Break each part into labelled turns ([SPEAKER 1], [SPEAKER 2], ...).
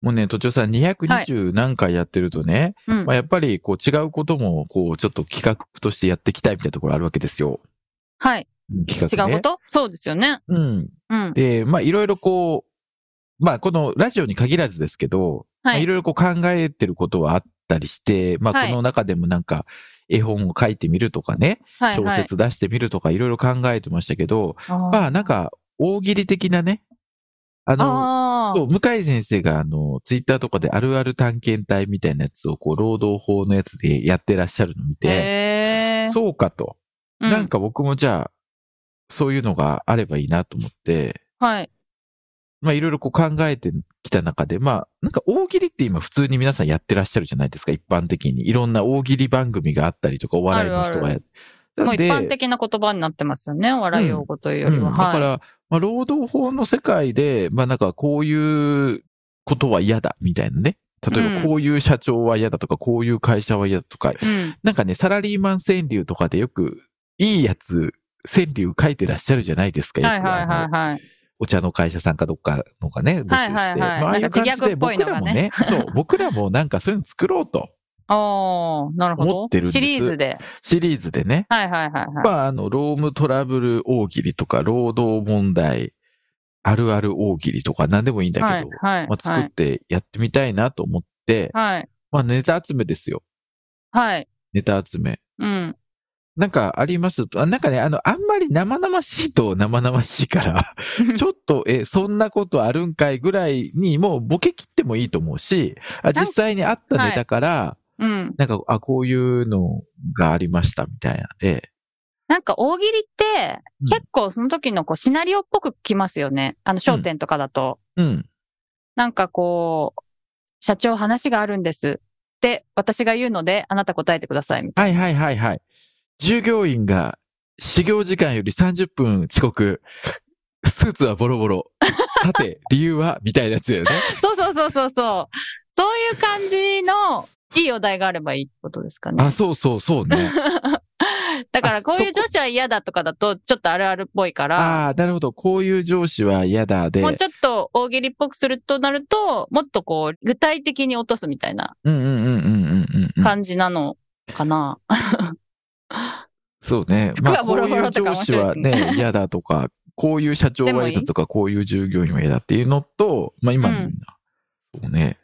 [SPEAKER 1] もうね、都庁さん220何回やってるとね、
[SPEAKER 2] うん
[SPEAKER 1] まあ、やっぱりこう違うことも、こうちょっと企画としてやっていきたいみたいなところあるわけですよ。
[SPEAKER 2] はい。
[SPEAKER 1] 企
[SPEAKER 2] 違
[SPEAKER 1] 画、
[SPEAKER 2] う
[SPEAKER 1] ね。
[SPEAKER 2] こと、そうですよね。
[SPEAKER 1] うん。
[SPEAKER 2] うん。
[SPEAKER 1] で、まあいろいろこう、まあこのラジオに限らずですけど、まあ
[SPEAKER 2] はい
[SPEAKER 1] いろいろこう考えてることはあったりして、まあ
[SPEAKER 2] はい
[SPEAKER 1] この中でもなんか絵本を書いてみるとかね、
[SPEAKER 2] はい、
[SPEAKER 1] 小
[SPEAKER 2] はい。
[SPEAKER 1] 説出してみるとかいろいろ考えてましたけど、ま
[SPEAKER 2] あ
[SPEAKER 1] あなんか大喜利的なね、あの、
[SPEAKER 2] あ
[SPEAKER 1] そ
[SPEAKER 2] ー。
[SPEAKER 1] う、向井先生が、あの、ツイッターとかであるある探検隊みたいなやつを、こう、労働法のやつでやってらっしゃるの見て、
[SPEAKER 2] へー
[SPEAKER 1] そうかと。
[SPEAKER 2] うん
[SPEAKER 1] なんか僕もじゃあ、そういうのがあればいいなと思って、
[SPEAKER 2] はい。
[SPEAKER 1] まあ、いろいろこう考えてきた中で、まあ、なんか大喜利って今普通に皆さんやってらっしゃるじゃないですか、一般的に。いろんな大喜利番組があったりとか、お笑いの人がやる。
[SPEAKER 2] も
[SPEAKER 1] な
[SPEAKER 2] うん一
[SPEAKER 1] で
[SPEAKER 2] 般的な言葉になってますよね。お笑い用語というより
[SPEAKER 1] う
[SPEAKER 2] は。
[SPEAKER 1] ん、だ
[SPEAKER 2] は
[SPEAKER 1] か
[SPEAKER 2] い。
[SPEAKER 1] ら、まあ、労働法の世界で、まあなんかこういうことは嫌だみたいなね。例え
[SPEAKER 2] う
[SPEAKER 1] ば
[SPEAKER 2] ん
[SPEAKER 1] こういう社長は嫌だとか、こういう会社は嫌だとか、
[SPEAKER 2] うん。
[SPEAKER 1] なんかね、サラリーマン川柳とかでよくいいやつ、川柳書いてらっしゃるじゃないですか。よく
[SPEAKER 2] はいはい
[SPEAKER 1] あの
[SPEAKER 2] はいはい。
[SPEAKER 1] お茶の会社さんかどっかのがね、募集して。
[SPEAKER 2] はいはいはい
[SPEAKER 1] まあああいう感じ
[SPEAKER 2] なんか自虐
[SPEAKER 1] で
[SPEAKER 2] っぽい
[SPEAKER 1] 僕
[SPEAKER 2] の
[SPEAKER 1] ら
[SPEAKER 2] が
[SPEAKER 1] も
[SPEAKER 2] ね
[SPEAKER 1] ね、そう、僕らもなんかそういうの作ろうと、
[SPEAKER 2] ああ、なるほ
[SPEAKER 1] 持
[SPEAKER 2] ど
[SPEAKER 1] ってるん。です
[SPEAKER 2] シリーズで。
[SPEAKER 1] シリーズでね。
[SPEAKER 2] はいはいはいはい。
[SPEAKER 1] まあ、あの、ロームトラブル大喜利とか、労働問題、あるある大喜利とか、何でもいいんだけど、
[SPEAKER 2] はいはい
[SPEAKER 1] まあ、
[SPEAKER 2] は
[SPEAKER 1] 作っ
[SPEAKER 2] い。
[SPEAKER 1] てやってみたいなと思って、
[SPEAKER 2] はい。
[SPEAKER 1] まあ、ネタ集めですよ。
[SPEAKER 2] はい。
[SPEAKER 1] ネタ集め。
[SPEAKER 2] うん。
[SPEAKER 1] なんかありますと、あなんかね、あの、あんまり生々しいと生々しい から、ちょっと、え、そんなことあるんかいぐらいに、もうボケ切ってもいいと思うし、あ
[SPEAKER 2] か
[SPEAKER 1] 実際にあったネタから、
[SPEAKER 2] うん。
[SPEAKER 1] なんか、あ、こういうのがありましたみたいなんで、
[SPEAKER 2] なんか大喜利って、
[SPEAKER 1] うん
[SPEAKER 2] 結構その時のこうシナリオっぽくきますよね。あの、焦点とかだと。
[SPEAKER 1] うん、
[SPEAKER 2] なんかこう、社長話があるんですって私が言うので、あなた答えてくださいみたい
[SPEAKER 1] はいはいはいはい。従業員が始業時間より30分遅刻。スーツはボロボロ。さて、理由はみたいなやつだよ ね。
[SPEAKER 2] な。そうそうそうそうそう。そういう感じのいいお題があればいいってことですかね
[SPEAKER 1] あ、。そうそうそう ね。
[SPEAKER 2] だからこうい
[SPEAKER 1] あ
[SPEAKER 2] う女子は嫌だとかだとちょっとあるあるっぽいから、
[SPEAKER 1] ああ、なるほど。こういう上司は嫌だで。
[SPEAKER 2] もうちょっと大喜利っぽくするとなると、もっとこう具体的に落とすみたいな
[SPEAKER 1] うんうんうんうんうんうんうん。
[SPEAKER 2] 感じなのかな。
[SPEAKER 1] そうね。
[SPEAKER 2] 服はボロボロ
[SPEAKER 1] こういう上司は
[SPEAKER 2] とか面白い
[SPEAKER 1] ね、嫌だとか、こういう社長は嫌だとか、こういう従業員は嫌だっていうのと、まあ今のみんな。そうね。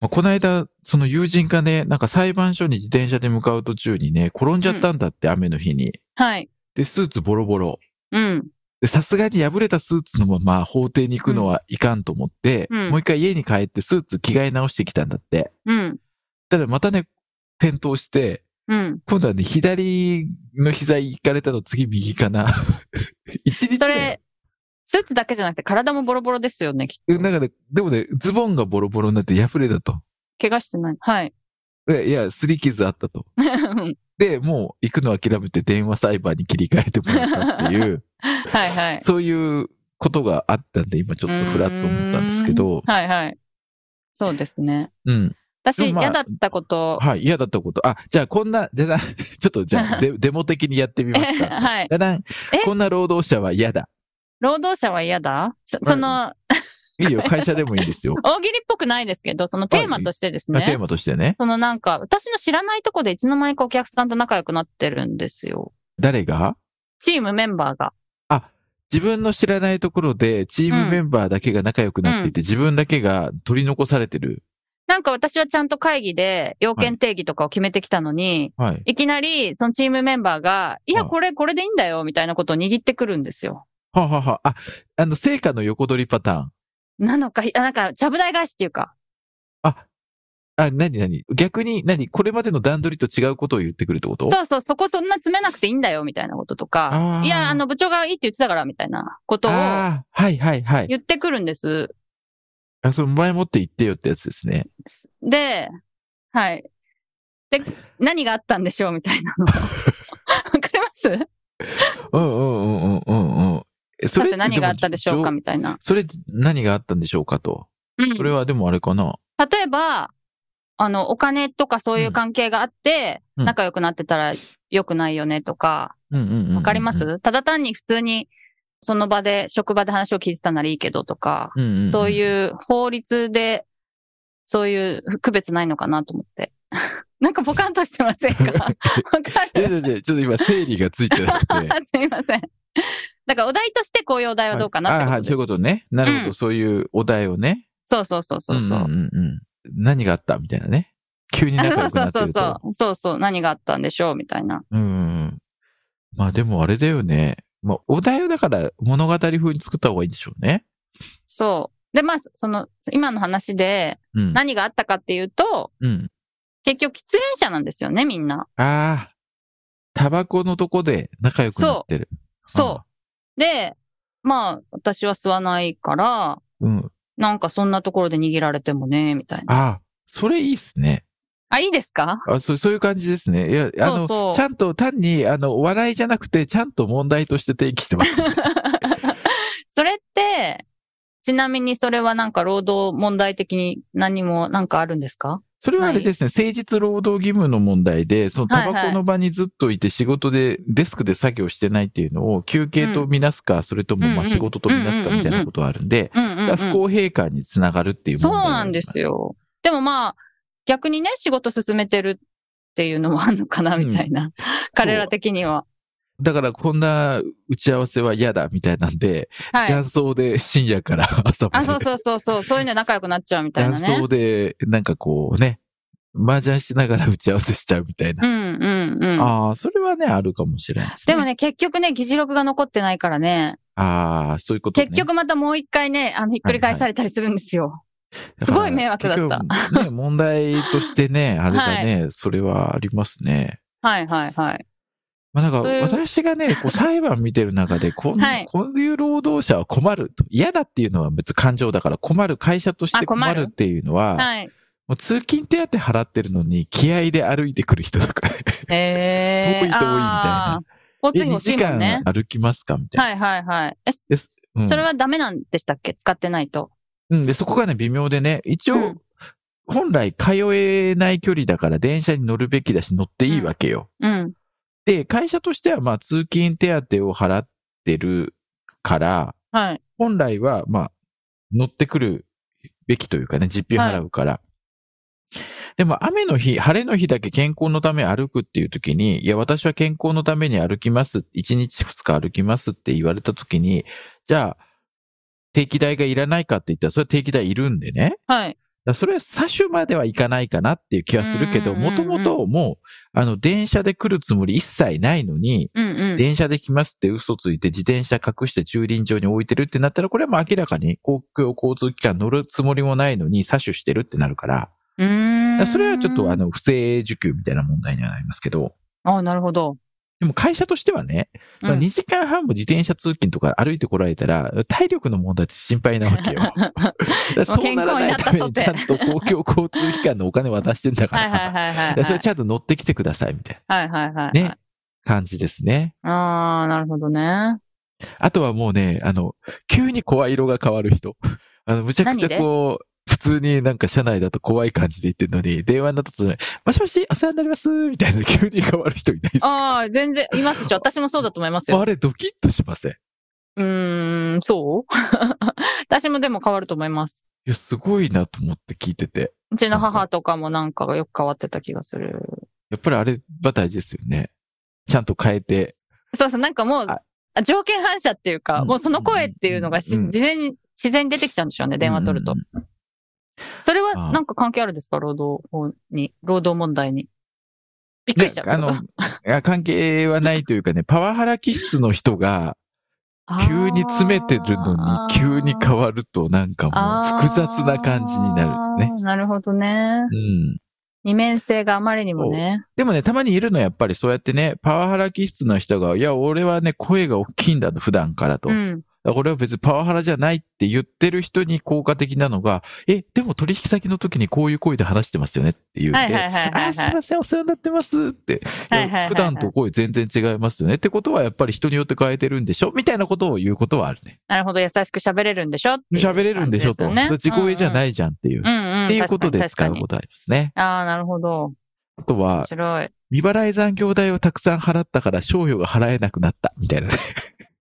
[SPEAKER 1] まあ、この間、その友人がね、なんか裁判所に自転車で向かう途中にね、転んじゃったんだって、雨の日に。
[SPEAKER 2] はい。
[SPEAKER 1] で、スーツボロボロ。
[SPEAKER 2] うん。
[SPEAKER 1] で、さすがに破れたスーツのまま法廷に行くのはいかんと思って、
[SPEAKER 2] うん
[SPEAKER 1] もう一回家に帰ってスーツ着替え直してきたんだって。
[SPEAKER 2] うん。
[SPEAKER 1] ただまたね、転倒して、
[SPEAKER 2] うん。
[SPEAKER 1] 今度はね、左の膝行かれたの次右か な。一日
[SPEAKER 2] そ
[SPEAKER 1] で
[SPEAKER 2] れ、スーツだけじゃなくて体もボロボロですよね、きっと。
[SPEAKER 1] なんかね、でもね、ズボンがボロボロになって破れたと。
[SPEAKER 2] 怪我してない。はい。
[SPEAKER 1] でいや、すり傷あったと。で、もう行くの諦めて電話裁判に切り替えてもらったって いう、
[SPEAKER 2] はいはい。
[SPEAKER 1] そういうことがあったんで、今ちょっとフラッと思ったんですけど、
[SPEAKER 2] はいはい。そうですね。
[SPEAKER 1] うん。で
[SPEAKER 2] 私、
[SPEAKER 1] もまあ
[SPEAKER 2] 嫌だったこと、
[SPEAKER 1] はい、嫌だったこと。あ、じゃあこん な、じゃあ、ちょっとじ ゃあデ、デモ的にやってみますか。
[SPEAKER 2] はい。
[SPEAKER 1] だだん
[SPEAKER 2] え
[SPEAKER 1] こんな労働者は嫌だ。
[SPEAKER 2] 労働者は嫌だそその、
[SPEAKER 1] いいよ、会社でもいいですよ。
[SPEAKER 2] 大喜利っぽくないですけど、そのテーマとしてです
[SPEAKER 1] まあテー
[SPEAKER 2] ね。
[SPEAKER 1] マとしてね。
[SPEAKER 2] そのなんか、私の知らないとこでいつの間にかお客さんと仲良くなってるんですよ。
[SPEAKER 1] 誰が
[SPEAKER 2] チームメンバーが。
[SPEAKER 1] 自分の知らないところでチームメンバーだけが仲良くなっていて、自分だけが取り残されてる。
[SPEAKER 2] なんか私はちゃんと会議で要件定義とかを決めてきたのに、
[SPEAKER 1] はい。
[SPEAKER 2] いきなりそのチームメンバーが、いや、
[SPEAKER 1] はい
[SPEAKER 2] これ、これでいいんだよ、みたいなことを握ってくるんですよ。
[SPEAKER 1] ははは。あ、あの、成果の横取りパターン。
[SPEAKER 2] なのか、あなんか、ちゃぶ台返しっていうか。
[SPEAKER 1] あ、あ、なになに逆に、なにこれまでの段取りと違うことを言ってくるってこと
[SPEAKER 2] そうそう、そこそんな詰めなくていいんだよ、みたいなことと
[SPEAKER 1] あ
[SPEAKER 2] か。
[SPEAKER 1] ー
[SPEAKER 2] いや、あの、部長がいいって言ってたから、みたいなことを
[SPEAKER 1] ああ、はいはいはい。
[SPEAKER 2] 言ってくるんです。
[SPEAKER 1] あ、それ前もって言ってよってやつですね。
[SPEAKER 2] で、はい。で、何があったんでしょうみたいな の。わかります
[SPEAKER 1] うんうんうんうんうんうん。えそ
[SPEAKER 2] さ
[SPEAKER 1] れって
[SPEAKER 2] 何があったでしょうか
[SPEAKER 1] も
[SPEAKER 2] みたいな。
[SPEAKER 1] それ何があったんでしょうかと。
[SPEAKER 2] うん
[SPEAKER 1] そ。れはでもあれかな。
[SPEAKER 2] 例えば、あの、お金とかそういううん関係があって、
[SPEAKER 1] うん
[SPEAKER 2] 仲良くなってたら良くないよねとか、
[SPEAKER 1] うんうんうんうん。
[SPEAKER 2] わかります、
[SPEAKER 1] うん
[SPEAKER 2] ただ単に普通に、その場で、職場で話を聞いてたならいいけどとか、
[SPEAKER 1] うんうん。
[SPEAKER 2] そう
[SPEAKER 1] う。
[SPEAKER 2] いう法律で、そういう区別ないのかなと思って。 なんかポカンとしてません かわか
[SPEAKER 1] いや
[SPEAKER 2] る
[SPEAKER 1] いやいやちょっと今整理がついてなくて。
[SPEAKER 2] あ すみません。だからお題としてこういうお題はどうかなって
[SPEAKER 1] は
[SPEAKER 2] こと
[SPEAKER 1] いあはい、
[SPEAKER 2] です。
[SPEAKER 1] そういうことね。なるほ
[SPEAKER 2] う
[SPEAKER 1] ど、
[SPEAKER 2] ん
[SPEAKER 1] そういうお題をね。
[SPEAKER 2] そうそうそうそうそう。
[SPEAKER 1] んんうんうん何があったみたいなね。急に
[SPEAKER 2] あ
[SPEAKER 1] 仲
[SPEAKER 2] そう
[SPEAKER 1] 良く
[SPEAKER 2] そ
[SPEAKER 1] な
[SPEAKER 2] う
[SPEAKER 1] って
[SPEAKER 2] そう
[SPEAKER 1] ると。
[SPEAKER 2] そう。そうそう。何があったんでしょうみたいな。
[SPEAKER 1] うんうんうん。まあでもあれだよね。まあお題をだから物語風に作った方がいいんでしょうね。
[SPEAKER 2] そう。で、まあ、その、今の話で
[SPEAKER 1] うん。
[SPEAKER 2] 何があったかっていうと、
[SPEAKER 1] うん。
[SPEAKER 2] 結局喫煙者なんですよね、みんな。
[SPEAKER 1] ああ。タバコのとこで仲良くなってる。
[SPEAKER 2] そで、まあ、私は吸わないから、
[SPEAKER 1] う。うん。
[SPEAKER 2] なんかそんなところで逃げられてもね、みたいな。
[SPEAKER 1] ああ。それいいっすね。
[SPEAKER 2] あ、いいですか
[SPEAKER 1] あそうそういう感じですね。いや、あの、
[SPEAKER 2] そうそう
[SPEAKER 1] ちゃんと単に、あの、お笑いじゃなくて、ちゃんと問題として提起してます。
[SPEAKER 2] それって、ちなみにそれはなんか労働問題的に何もなんかあるんですか
[SPEAKER 1] それはあれですね、誠実労働義務の問題で、その
[SPEAKER 2] はいは
[SPEAKER 1] タ
[SPEAKER 2] い
[SPEAKER 1] バコの場にずっといて仕事で、デスクで作業してないっていうのを休憩とみなすか、それともま
[SPEAKER 2] う
[SPEAKER 1] あ
[SPEAKER 2] んうん
[SPEAKER 1] 仕事とみなすかみたいなことはあるんで、
[SPEAKER 2] うんうん、
[SPEAKER 1] 不公平感につながるっていう
[SPEAKER 2] そ
[SPEAKER 1] 問
[SPEAKER 2] う
[SPEAKER 1] 題
[SPEAKER 2] なんです
[SPEAKER 1] よ。
[SPEAKER 2] よ。でもまあ、逆にね、仕事進めてるっていうのもあるのかな、みたいな。 彼ら的には。
[SPEAKER 1] だからこんな打ち合わせは嫌だみたいなんで、
[SPEAKER 2] はい。
[SPEAKER 1] 雀荘で深夜から朝ま
[SPEAKER 2] あ、
[SPEAKER 1] で
[SPEAKER 2] そう。そうそうそう。そういうの仲良くなっちゃうみたいな
[SPEAKER 1] 雀
[SPEAKER 2] ね
[SPEAKER 1] 荘。でなんかこうね、麻雀しながら打ち合わせしちゃうみたいな
[SPEAKER 2] う。んうんうん。
[SPEAKER 1] ああ、それはね、あるかもしれないです、ね。
[SPEAKER 2] でもね、結局ね、議事録が残ってないからね、
[SPEAKER 1] ああ、そういうこと、ね。
[SPEAKER 2] 結局またもう一回ね、あの、ひっくり返されたりするんですよ。すごい迷惑だった
[SPEAKER 1] 結局ね、問題として ね、あれだね、それはありますね。
[SPEAKER 2] はいはいはい。
[SPEAKER 1] まあなんか
[SPEAKER 2] そういう
[SPEAKER 1] 私がね、こう裁判見てる中 で、こん
[SPEAKER 2] はい
[SPEAKER 1] こういう労働者は困ると。嫌だっていうのは別に感情だから、困る、会社として
[SPEAKER 2] あ困
[SPEAKER 1] 困
[SPEAKER 2] る
[SPEAKER 1] るっていうのは、
[SPEAKER 2] はい。
[SPEAKER 1] もう通勤手当払ってるのに気合で歩いてくる人とか、
[SPEAKER 2] え
[SPEAKER 1] 遠
[SPEAKER 2] ー。
[SPEAKER 1] い遠いみたいな
[SPEAKER 2] あー。交通費
[SPEAKER 1] 2
[SPEAKER 2] 欲し
[SPEAKER 1] 時
[SPEAKER 2] いもん
[SPEAKER 1] 間
[SPEAKER 2] ね。
[SPEAKER 1] 歩きますかみたいな。
[SPEAKER 2] はいはいはい。え、そ
[SPEAKER 1] うん
[SPEAKER 2] れはダメなんでしたっけ使ってないと。
[SPEAKER 1] うん、で、そこがね、微妙でね、一応、
[SPEAKER 2] うん
[SPEAKER 1] 本来通えない距離だから電車に乗るべきだし乗っていいわけよ。
[SPEAKER 2] うん。
[SPEAKER 1] で、会社としては、まあ、通勤手当を払ってるから、
[SPEAKER 2] はい。
[SPEAKER 1] 本来は、まあ、乗ってくるべきというかね、実費払うから。でも、雨の日、晴れの日だけ健康のため歩くっていう時に、いや、私は健康のために歩きます。1日2日歩きますって言われた時に、じゃあ、定期代がいらないかって言ったら、それは定期代いるんでね。
[SPEAKER 2] はい。
[SPEAKER 1] だからそれは詐取まではいかないかなっていう気はするけど、
[SPEAKER 2] うんうん
[SPEAKER 1] も
[SPEAKER 2] うんう
[SPEAKER 1] と
[SPEAKER 2] ん
[SPEAKER 1] もともう、あの、電車で来るつもり一切ないのに、
[SPEAKER 2] うんうん。
[SPEAKER 1] 電車で来ますって嘘ついて自転車隠して駐輪場に置いてるってなったら、これはもう明らかに公共交通機関乗るつもりもないのに詐取してるってなるから、だか
[SPEAKER 2] うーん。
[SPEAKER 1] らそれはちょっとあ、の、不正受給みたいな問題にはなりますけど、
[SPEAKER 2] あなるほ ど。
[SPEAKER 1] でも会社としてはね、その
[SPEAKER 2] うん
[SPEAKER 1] 2時間半も自転車通勤とか歩いてこられたら、体力の問題って心配なわ けよ。だからそうならないためにちゃんと公共交通機関のお金渡してんだか
[SPEAKER 2] はい
[SPEAKER 1] ら。
[SPEAKER 2] はいはいはい
[SPEAKER 1] いやそ
[SPEAKER 2] は
[SPEAKER 1] れ
[SPEAKER 2] い。
[SPEAKER 1] ちゃんと乗ってきてくださいみたい
[SPEAKER 2] はいはいはい。
[SPEAKER 1] なね、。感じですね。
[SPEAKER 2] ああ、なるほどね。
[SPEAKER 1] あとはもうね、あの、急に声色が変わる人。あの、むちゃくち
[SPEAKER 2] 何で
[SPEAKER 1] ゃこう、普通になんか車内だと怖い感じで言ってるのに、電話になったとに、もしもし、お世話になりますみたいな急に変わる人いないですか
[SPEAKER 2] ああ、全然、いますし、私もそうだと思います
[SPEAKER 1] あ
[SPEAKER 2] よ。
[SPEAKER 1] れドキッとしません。いう
[SPEAKER 2] ーん、そう 私もでも変わると思います。
[SPEAKER 1] や、すごいなと思って聞いてて。
[SPEAKER 2] うちの母とかもなんかがよく変わってた気がする。
[SPEAKER 1] やっぱりあれは大事ですよね。ちゃんと変えて。
[SPEAKER 2] そうそう、なんかもう
[SPEAKER 1] あ、
[SPEAKER 2] あ条件反射っていうか、
[SPEAKER 1] うん
[SPEAKER 2] もうその声っていうのがし
[SPEAKER 1] うん
[SPEAKER 2] 自然に、自然に出てきちゃうんでしょうね、電話取ると。
[SPEAKER 1] うん。
[SPEAKER 2] それ
[SPEAKER 1] あ
[SPEAKER 2] は
[SPEAKER 1] あ
[SPEAKER 2] なんか関係あるんですか労働法に、労働問題に。びっく
[SPEAKER 1] ね
[SPEAKER 2] りしちゃう。
[SPEAKER 1] あの、いや関係はないというかね、パワハラ気質の人が急に詰めてるのに急に変
[SPEAKER 2] わ
[SPEAKER 1] わるとなんかもう複雑な感じになるね。。
[SPEAKER 2] あーなるほどね。
[SPEAKER 1] うん。
[SPEAKER 2] 二面性があまりにもね。
[SPEAKER 1] でもね、たまにいるのはやっぱりそうやってね、パワハラ気質の人が、いや、俺はね、声が大きいんだと、普段からと。
[SPEAKER 2] うん。
[SPEAKER 1] だからこれは別にパワハラじゃないって言ってる人に効果的なのが、え、でも取引先の時にこういう声で話してますよねっていうんで、
[SPEAKER 2] はいはいはいはいはい
[SPEAKER 1] あ、すいません、お世話になってますって、
[SPEAKER 2] はいはいはいはい
[SPEAKER 1] 普段と声全然違いますよねってことはやっぱり人によって変えてるんでしょみたいなことを言うことはあるね。
[SPEAKER 2] なるほど、優しく喋れるんでしょっていう
[SPEAKER 1] 喋れるんでしょと。そ
[SPEAKER 2] 感
[SPEAKER 1] れ
[SPEAKER 2] じすよね。
[SPEAKER 1] 自己上じゃないいじゃんっていう。
[SPEAKER 2] うんうんうんうん。
[SPEAKER 1] っていうことで
[SPEAKER 2] 確
[SPEAKER 1] 使
[SPEAKER 2] か
[SPEAKER 1] う
[SPEAKER 2] に
[SPEAKER 1] ことありますね。
[SPEAKER 2] 確かにああ、なるほど。
[SPEAKER 1] あとは
[SPEAKER 2] 面、白い。
[SPEAKER 1] 未払い残業代をたくさん払ったから、賞与が払えなくなった、みたいなね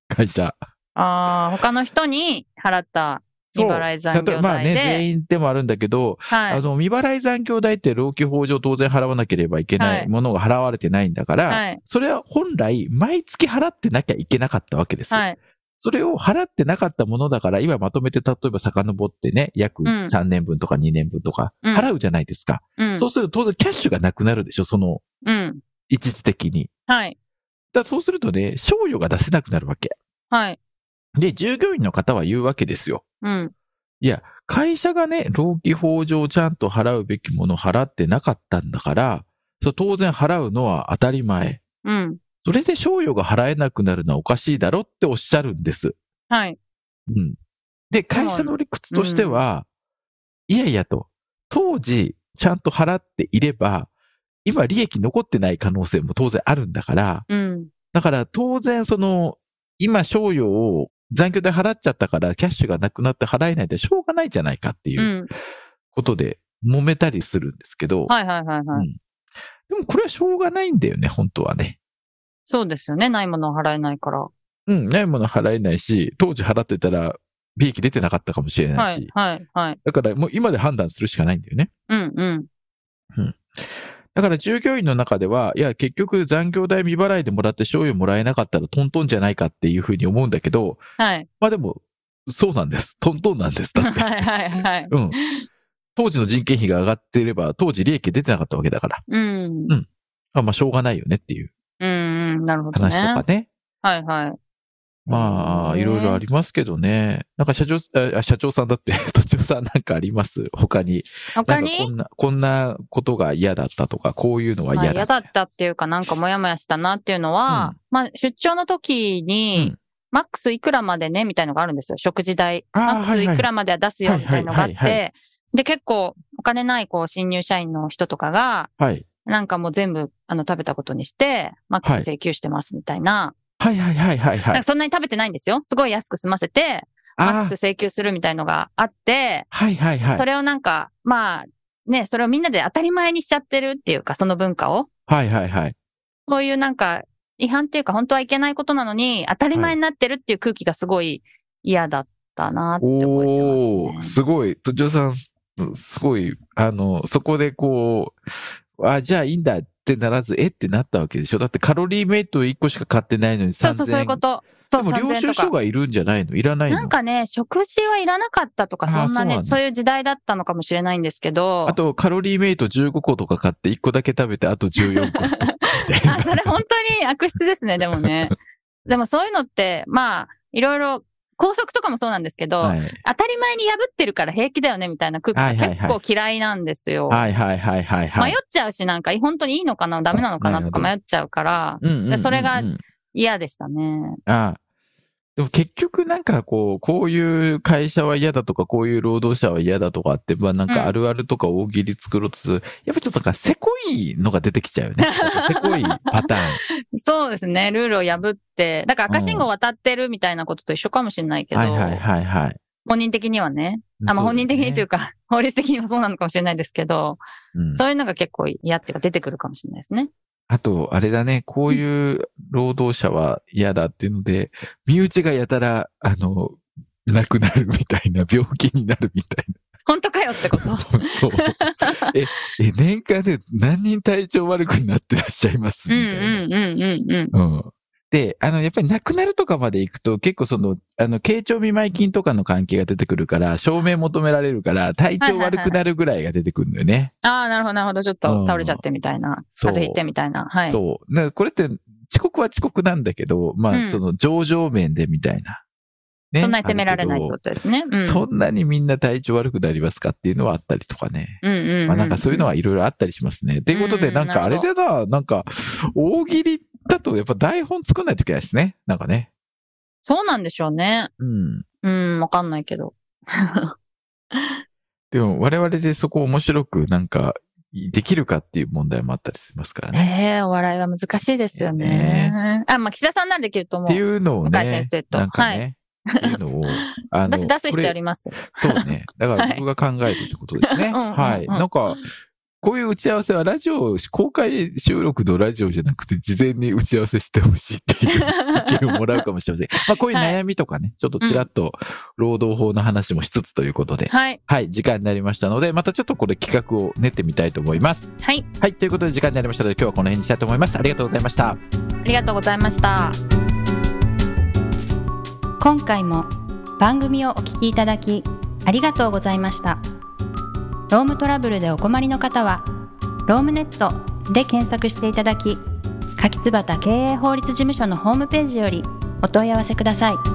[SPEAKER 1] 会社。
[SPEAKER 2] ああ、他の人に払った未払い残業
[SPEAKER 1] 例えばまあ
[SPEAKER 2] 代で。
[SPEAKER 1] ね、全員でもあるんだけど、
[SPEAKER 2] は
[SPEAKER 1] あ
[SPEAKER 2] い。
[SPEAKER 1] の、未払い残業代って労基法上当然払わなければいけな
[SPEAKER 2] はい
[SPEAKER 1] いものが払われてないんだから、
[SPEAKER 2] はい。
[SPEAKER 1] それは本来、毎月払ってなきゃいけなかったわけですよ。
[SPEAKER 2] はい。
[SPEAKER 1] それを払ってなかったものだから、今まとめて、例えば遡ってね、約
[SPEAKER 2] うん
[SPEAKER 1] 3年分とか2年分とか、
[SPEAKER 2] うん
[SPEAKER 1] 払うじゃないですか。
[SPEAKER 2] うん
[SPEAKER 1] そう。すると当然キャッシュがなくなるでしょ、その、
[SPEAKER 2] うん。
[SPEAKER 1] 一時的に。
[SPEAKER 2] はい。
[SPEAKER 1] だからそうするとね、賞与が出せなくなるわけ。
[SPEAKER 2] はい。
[SPEAKER 1] で、従業員の方は言うわけですよ。
[SPEAKER 2] うん。
[SPEAKER 1] 会社がね、労基法上ちゃんと払うべきもの払ってなかったんだから、そう当然払うのは当たり前。
[SPEAKER 2] うん。
[SPEAKER 1] それで賞与が払えなくなるのはおかしいだろっておっしゃるんです。
[SPEAKER 2] はい。
[SPEAKER 1] うん。で、会社の理屈としては、いやいやと、当時ちゃんと払っていれば、今利益残ってない可能性も当然あるんだから、
[SPEAKER 2] うん。。
[SPEAKER 1] だから当然その、今、賞与を残業で払っちゃったから、キャッシュがなくなって払えないってしょうがないじゃないかっていううんことで揉めたりするんですけど、
[SPEAKER 2] はいはいはいは
[SPEAKER 1] う
[SPEAKER 2] い。
[SPEAKER 1] んでもこれはしょうがないんだよね、本当はね。
[SPEAKER 2] そうですよね。ないものを払えないから。
[SPEAKER 1] うん、ないもの払えないし、当時払ってたら利益出てなかったかもしれな
[SPEAKER 2] はい
[SPEAKER 1] し、
[SPEAKER 2] い。はい。はい。
[SPEAKER 1] だからもう今で判断するしかないんだよね。
[SPEAKER 2] うん。うん。
[SPEAKER 1] だから従業員の中では、いや、結局残業代未払いでもらって賞与もらえなかったらトントンじゃないかっていうふうに思うんだけど、
[SPEAKER 2] はい。
[SPEAKER 1] まあでも、そうなんです。トントンなんです。だって
[SPEAKER 2] はいはいはい。
[SPEAKER 1] うん。当時の人件費が上がっていれば、当時利益出てなかったわけだから。
[SPEAKER 2] うん。
[SPEAKER 1] あまあ、しょうがないよねっていう
[SPEAKER 2] うんうん。なるほどね。
[SPEAKER 1] 話とかね。
[SPEAKER 2] はいはい。
[SPEAKER 1] まあ、いろいろあ
[SPEAKER 2] り。
[SPEAKER 1] りますけどね。なんか社長、あ社長さんだって、 途中さんなんかあります他に。な
[SPEAKER 2] 他
[SPEAKER 1] んかこ
[SPEAKER 2] に
[SPEAKER 1] んな、こんなことが嫌だったとか、こういうのは
[SPEAKER 2] まあ
[SPEAKER 1] 嫌だ。
[SPEAKER 2] 嫌だったっていうか、なんかモヤモヤしたなっていうのは、
[SPEAKER 1] うん
[SPEAKER 2] まあ出張の時に、
[SPEAKER 1] うん
[SPEAKER 2] マックスいくらまでねみたいのがあるんですよ。食事代。
[SPEAKER 1] あー
[SPEAKER 2] マックス
[SPEAKER 1] はい
[SPEAKER 2] い
[SPEAKER 1] はい
[SPEAKER 2] くらまでは出すよみたいのがあっ
[SPEAKER 1] はいはいはい
[SPEAKER 2] て、で、結構お金ないこう新入社員の人とかが、
[SPEAKER 1] はい。
[SPEAKER 2] なんかもう全部あの食べたことにして、マックス請求してますみたいな。
[SPEAKER 1] はいはいはいはいは
[SPEAKER 2] なん
[SPEAKER 1] い
[SPEAKER 2] か。そんなに食べてないんですよ。すごい安く済ませて、マッ
[SPEAKER 1] あ
[SPEAKER 2] クス請求するみたいのがあって、
[SPEAKER 1] あ、はいはいは
[SPEAKER 2] そ
[SPEAKER 1] い。
[SPEAKER 2] れをなんか、まあ、ね、それをみんなで当たり前にしちゃってるっていうか、その文化を。
[SPEAKER 1] はいはいはい。
[SPEAKER 2] そういうなんか、違反っていうか、本当はいけないことなのに、当たり前になってるっていう空気がすごい嫌だったなって思って
[SPEAKER 1] お
[SPEAKER 2] ます、ね。
[SPEAKER 1] ー、すごい。途中さん、すごい、あの、そこでこう、あ、じゃあいいんだってならず、えってなったわけでしょだってカロリーメイト1個しか買ってないのに3000
[SPEAKER 2] そうそう、そういうこと。そう、
[SPEAKER 1] でも領
[SPEAKER 2] 3000
[SPEAKER 1] 収
[SPEAKER 2] と
[SPEAKER 1] 書
[SPEAKER 2] か。
[SPEAKER 1] がいるんじゃないのいらないの
[SPEAKER 2] なんかね、食事はいらなかったとか、
[SPEAKER 1] あー
[SPEAKER 2] そんな
[SPEAKER 1] そうなん
[SPEAKER 2] ね、
[SPEAKER 1] だ
[SPEAKER 2] そういう時代だったのかもしれないんですけど。
[SPEAKER 1] あと、カロリーメイト15個とか買って1個だけ食べて、あと14個ストップみたい
[SPEAKER 2] あ、それ本当に悪質ですね、でもね。でもそういうのって、まあ、いろいろ、高速とかもそうなんですけど、
[SPEAKER 1] な。はい
[SPEAKER 2] 当たり前に破ってるから平気だよね、みたいな空気が結構嫌いなんですよ。
[SPEAKER 1] はいはいはいはいはい
[SPEAKER 2] 迷っ。ちゃうし、なんか、本当にいいのかな、ダメなのかなとか迷っちゃうから、
[SPEAKER 1] うんうんうんうん
[SPEAKER 2] でそれが嫌でしたね。
[SPEAKER 1] ああでも結局なんかこう、こういう会社は嫌だとか、こういう労働者は嫌だとかって、まあなんかあるあるとか大喜利作ろうとする。やっぱちょっとなんかせこいのが出てきちゃうよね。せこいパターン。
[SPEAKER 2] そうですね、ルールを破って、だから赤信号渡ってるみたいなことと一緒かもしれ ないけど、
[SPEAKER 1] はいはいはいはい。
[SPEAKER 2] 本人的にはね、あまあ本人的にという
[SPEAKER 1] か、
[SPEAKER 2] か、 法律的にもそうなのかもしれないですけど、
[SPEAKER 1] うん
[SPEAKER 2] そういうのが結構嫌っていうか出てくるかもしれないですね。
[SPEAKER 1] あと、あれだね、こういう労働者は嫌だっていうので、身内がやたら、あの、亡くなるみたいな、 病気になるみたい
[SPEAKER 2] 本当かよって こと
[SPEAKER 1] な。。 そう。え、え、年間で何人体調悪くなってらっしゃいます
[SPEAKER 2] うん
[SPEAKER 1] みた
[SPEAKER 2] う
[SPEAKER 1] いな。
[SPEAKER 2] んうんうんうん。
[SPEAKER 1] うんで、あの、やっぱり亡くなるとかまで行くと、結構その、あの、慶長見舞金とかの関係が出てくるから、証明求められるから、体調悪くなるぐらいが出てくるのよね。
[SPEAKER 2] ああ、なるほどなるほど、ちょっ
[SPEAKER 1] うん
[SPEAKER 2] と倒れちゃってみたいな、
[SPEAKER 1] そう
[SPEAKER 2] 風邪ひいてみたいな、はい。
[SPEAKER 1] そう。なこれって、遅刻は遅刻なんだけど、まあ、
[SPEAKER 2] うん
[SPEAKER 1] その、上場面でみたいな。ね
[SPEAKER 2] そんなに責められないって
[SPEAKER 1] ある
[SPEAKER 2] ことですね。うん。
[SPEAKER 1] けどそんなにみんな体調悪くなりますかっていうのはあったりとかね。
[SPEAKER 2] うんうんうん。
[SPEAKER 1] まあ、なんかそういうのはいろいろあったりしますね。っていうことで、
[SPEAKER 2] うん
[SPEAKER 1] なんかあ
[SPEAKER 2] なる
[SPEAKER 1] れ
[SPEAKER 2] ほど
[SPEAKER 1] だな、なんか、大喜利だとやっぱ台本作んないといけないですね。なんかね。
[SPEAKER 2] そうなんでしょうね。
[SPEAKER 1] うん。
[SPEAKER 2] うん、わかんないけど。
[SPEAKER 1] でも我々でそこを面白くなんかできるかっていう問題もあったりしますからね。
[SPEAKER 2] ねえ、お笑いは難しいですよね。あ、まあ、岸田さんならできると思。
[SPEAKER 1] っていううのをね、
[SPEAKER 2] 向井先生と
[SPEAKER 1] なんかね、っていうのを、あの
[SPEAKER 2] 私出す
[SPEAKER 1] こ
[SPEAKER 2] 人
[SPEAKER 1] れ
[SPEAKER 2] やります。
[SPEAKER 1] そう ね。だから僕が考えてるってことですね。
[SPEAKER 2] はいうんうんうん
[SPEAKER 1] はい。なんか、こういう打ち合わせはラジオ、公開収録のラジオじゃなくて、事前に打ち合わせしてほしいっていう意見をもらうかもしれま せん。まあこういう
[SPEAKER 2] はい
[SPEAKER 1] 悩みとかね、ちょっとちらっと労働法の話もしつつということで、
[SPEAKER 2] はい。
[SPEAKER 1] はい、時間になりましたので、またちょっとこれ企画を練ってみたいと思います。
[SPEAKER 2] はい。
[SPEAKER 1] はい、ということで時間になりましたので、今日はこの辺にしたいと思います。ありがとうございました。
[SPEAKER 2] ありがとうございました。
[SPEAKER 3] 今回も番組をお聞きいただきありがとうございましたロームトラブルでお困りの方は「ロームネット」で検索していただき柿椿経営法律事務所のホームページよりお問い合わせください